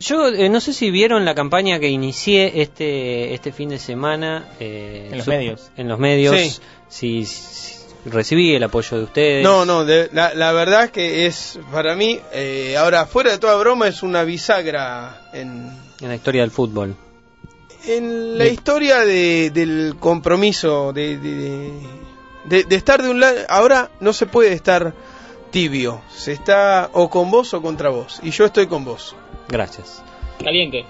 Yo eh, no sé si vieron la campaña que inicié este, este fin de semana. eh, En los su- medios. En los medios. Sí. Si, si- recibí el apoyo de ustedes. No, no, de- la, la verdad es que es, para mí, eh, ahora fuera de toda broma, es una bisagra en, En la historia del fútbol. en la De- historia de- del compromiso, de, de- de- de- de estar de un lado. Ahora no se puede estar tibio, se está o con vos o contra vos, y yo estoy con vos. Gracias. Caliente.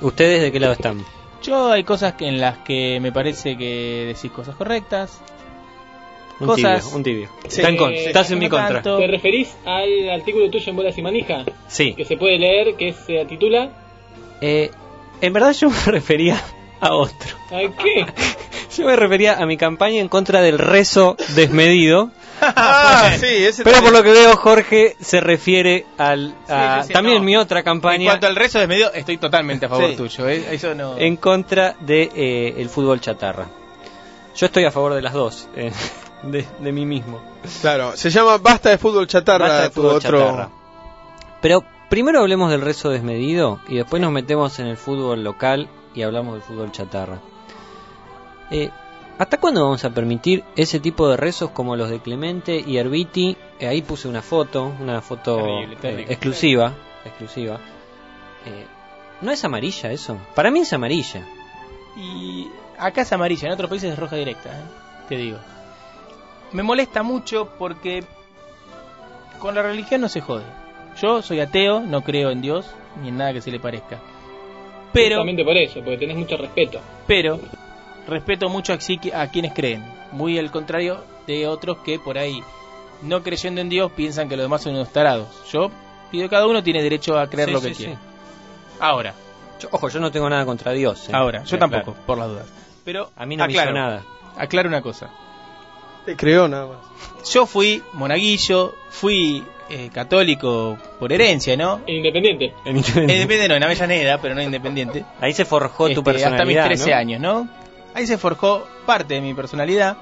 ¿Ustedes de qué lado están? Yo hay cosas que- en las que me parece que decís cosas correctas. Un Cosas- tibio. Un tibio. Sí. Está en contra, Eh, estás en no mi contra. tanto. ¿Te referís al artículo tuyo en Bolas y Manija? Sí. Que se puede leer, que se titula Eh, en verdad yo me refería a otro. ¿A qué? Yo me refería a mi campaña en contra del rezo desmedido. Ah, sí, ese Pero por también. lo que veo, Jorge se refiere al. a- sí, sí, también no. mi otra En campaña en, cuanto al rezo desmedido, estoy totalmente a favor Sí. tuyo. eh, Eso no. contra de eh, el fútbol chatarra. Yo estoy a favor de las dos, eh, de, de mí mismo. Claro, se llama Basta de fútbol chatarra, Basta de tu fútbol otro. chatarra. Pero primero hablemos del rezo desmedido y después nos metemos en el fútbol local y hablamos del fútbol chatarra. Eh, ¿Hasta cuándo vamos a permitir ese tipo de rezos como los de Clemente y Herbiti? Eh, ahí puse una foto, una foto Terrible, terrible. eh, exclusiva. exclusiva. Eh, ¿No es amarilla eso? Para mí es amarilla. Y acá es amarilla, en otros países es roja directa, ¿eh? te digo. Me molesta mucho porque con la religión no se jode. Yo soy ateo, no creo en Dios ni en nada que se le parezca. Pero, Justamente por eso, porque tenés mucho respeto. pero respeto mucho a, sí que- a quienes creen, muy al contrario de otros que por ahí no creyendo en Dios piensan que los demás son unos tarados. Yo pido cada uno tiene derecho a creer Sí, lo sí, que sí. quiere. Ahora, Yo- ojo, yo no tengo nada contra Dios. eh. ahora, yo Eh, tampoco, claro. por las dudas. Pero A mí no aclaro, me hizo nada. Aclaro una cosa. Te creó nada más. Yo fui monaguillo, fui eh, católico por herencia, ¿no? El Independiente. Eh, depende, no, en Avellaneda, pero no independiente. Ahí se forjó tu Este, personalidad. hasta mis 13 ¿no? años, ¿no? Ahí se forjó parte de mi personalidad.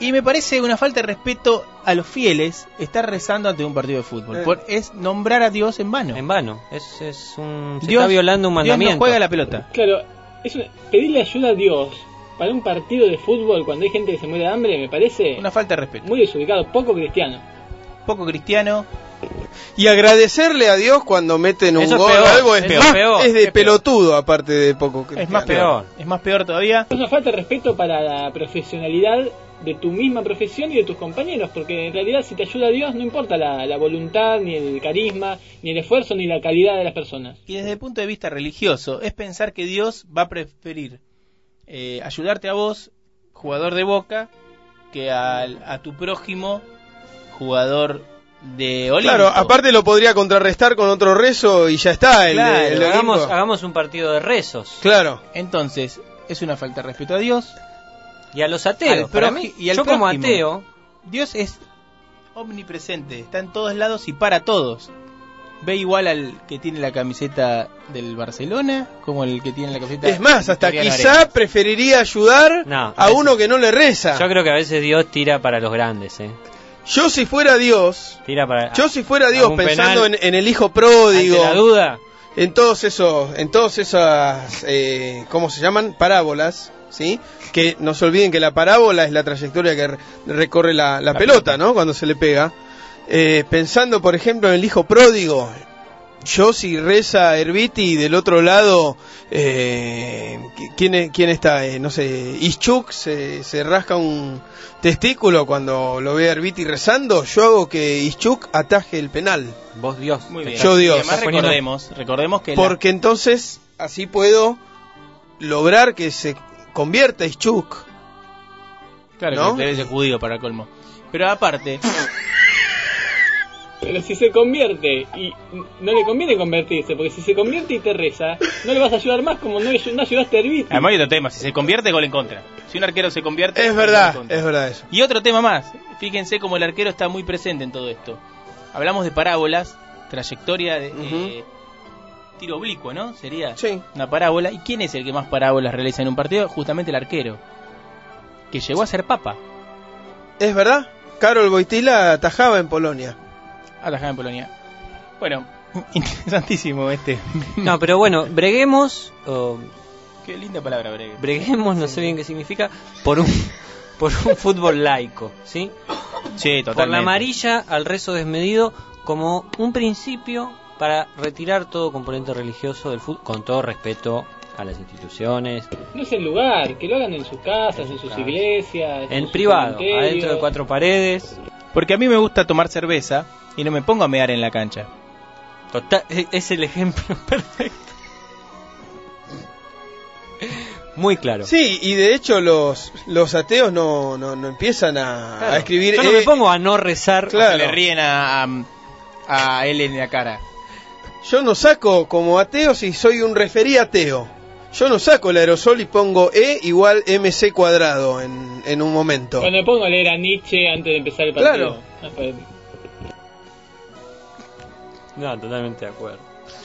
Y me parece una falta de respeto a los fieles estar rezando ante un partido de fútbol. Eh. Por- es nombrar a Dios en vano. En vano. Es, es un, se Dios- está violando un mandamiento. Dios no juega la pelota. Claro, es una- pedirle ayuda a Dios para un partido de fútbol cuando hay gente que se muere de hambre me parece Una falta de respeto. muy desubicado, poco cristiano. Poco cristiano. Y agradecerle a Dios cuando meten un Eso es gol peor, o algo es, es peor. más- es de Es peor. pelotudo, aparte de poco cristiano. Es más peor. Es más peor todavía. Es una falta de respeto para la profesionalidad de tu misma profesión y de tus compañeros, porque en realidad si te ayuda a Dios no importa la, la voluntad, ni el carisma, ni el esfuerzo, ni la calidad de las personas. Y desde el punto de vista religioso, es pensar que Dios va a preferir eh, ayudarte a vos, jugador de boca, que al- a tu prójimo, jugador de Olimpo. Claro, aparte lo podría contrarrestar con otro rezo y ya está. El, Claro, de- el de hagamos, Olimpo. hagamos un partido de rezos. Claro. Entonces, es una falta de respeto a Dios. Y a los ateos. Al para proji- mí, y al yo como prójimo. ateo, Dios es omnipresente, está en todos lados y para todos. Ve igual al que tiene la camiseta del Barcelona como el que tiene la camiseta Es más, del hasta Victoriano quizá Arenas. preferiría ayudar No, a uno que no le reza. yo Yo, creo que a veces Dios tira para los grandes. ¿eh? si fuera Dios, Tira para. yo si fuera Dios algún pensando penal, en, en el hijo ante pródigo, la duda. en todos esos, en todas esas, eh, ¿cómo se llaman? Parábolas, ¿sí? Que no se olviden que la parábola es la trayectoria que re- recorre la, la pelota, ¿no? Cuando se le pega. Eh, pensando, por ejemplo, en el hijo pródigo. Yo si reza Herbiti y del otro lado, eh, qui- ¿quién, es- ¿quién está? Eh, no sé, Ischuk se, se rasca un testículo cuando lo ve a Herbiti rezando. Yo hago que Ischuk ataje el penal. Vos Dios. Muy bien. Yo Dios. Y además Está poniendo- recordemos, recordemos que la- Porque entonces así puedo lograr que se convierta Ischuk. Claro, ¿No? que debe ser judío para colmo. Pero aparte, Pero si se convierte, y no le conviene convertirse, porque si se convierte y te reza, no le vas a ayudar más como no, no ayudaste a Herbiti. además hay otro tema, si se convierte, gol en contra. Si un arquero se convierte... Es gol en verdad, contra. es verdad eso. Y otro tema más, fíjense cómo el arquero está muy presente en todo esto. Hablamos de parábolas, trayectoria de... eh, tiro oblicuo, ¿no? Sería Sí. una parábola. ¿Y quién es el que más parábolas realiza en un partido? Justamente el arquero, que llegó a ser papa, Es verdad. Carol Boitila atajaba en Polonia. Ah, atajada en Polonia. Bueno, Interesantísimo este. No, pero bueno, breguemos, o Qué linda palabra, breve. breguemos, no sé bien qué significa, por un, por un fútbol laico, ¿sí? Sí, totalmente. Por la amarilla al rezo desmedido como un principio para retirar todo componente religioso del fútbol, con todo respeto a las instituciones, No es el lugar, que lo hagan en sus casas, en sus casas. iglesias. en sus privado, cementerios. adentro de cuatro paredes. Porque a mí me gusta tomar cerveza y no me pongo a mear en la cancha. Total, e- es el ejemplo perfecto. Muy claro. Sí, y de hecho los, los ateos no, no, no empiezan a, Claro. a escribir. Yo no me eh, pongo a no rezar. Claro. Se le ríen a, a, a él en la cara. Yo no saco como ateo si soy un referí ateo. Yo no saco el aerosol y pongo E igual MC cuadrado en, en un momento. Cuando me pongo a leer a Nietzsche antes de empezar el partido. Claro. Ah, pues, No, totalmente de acuerdo.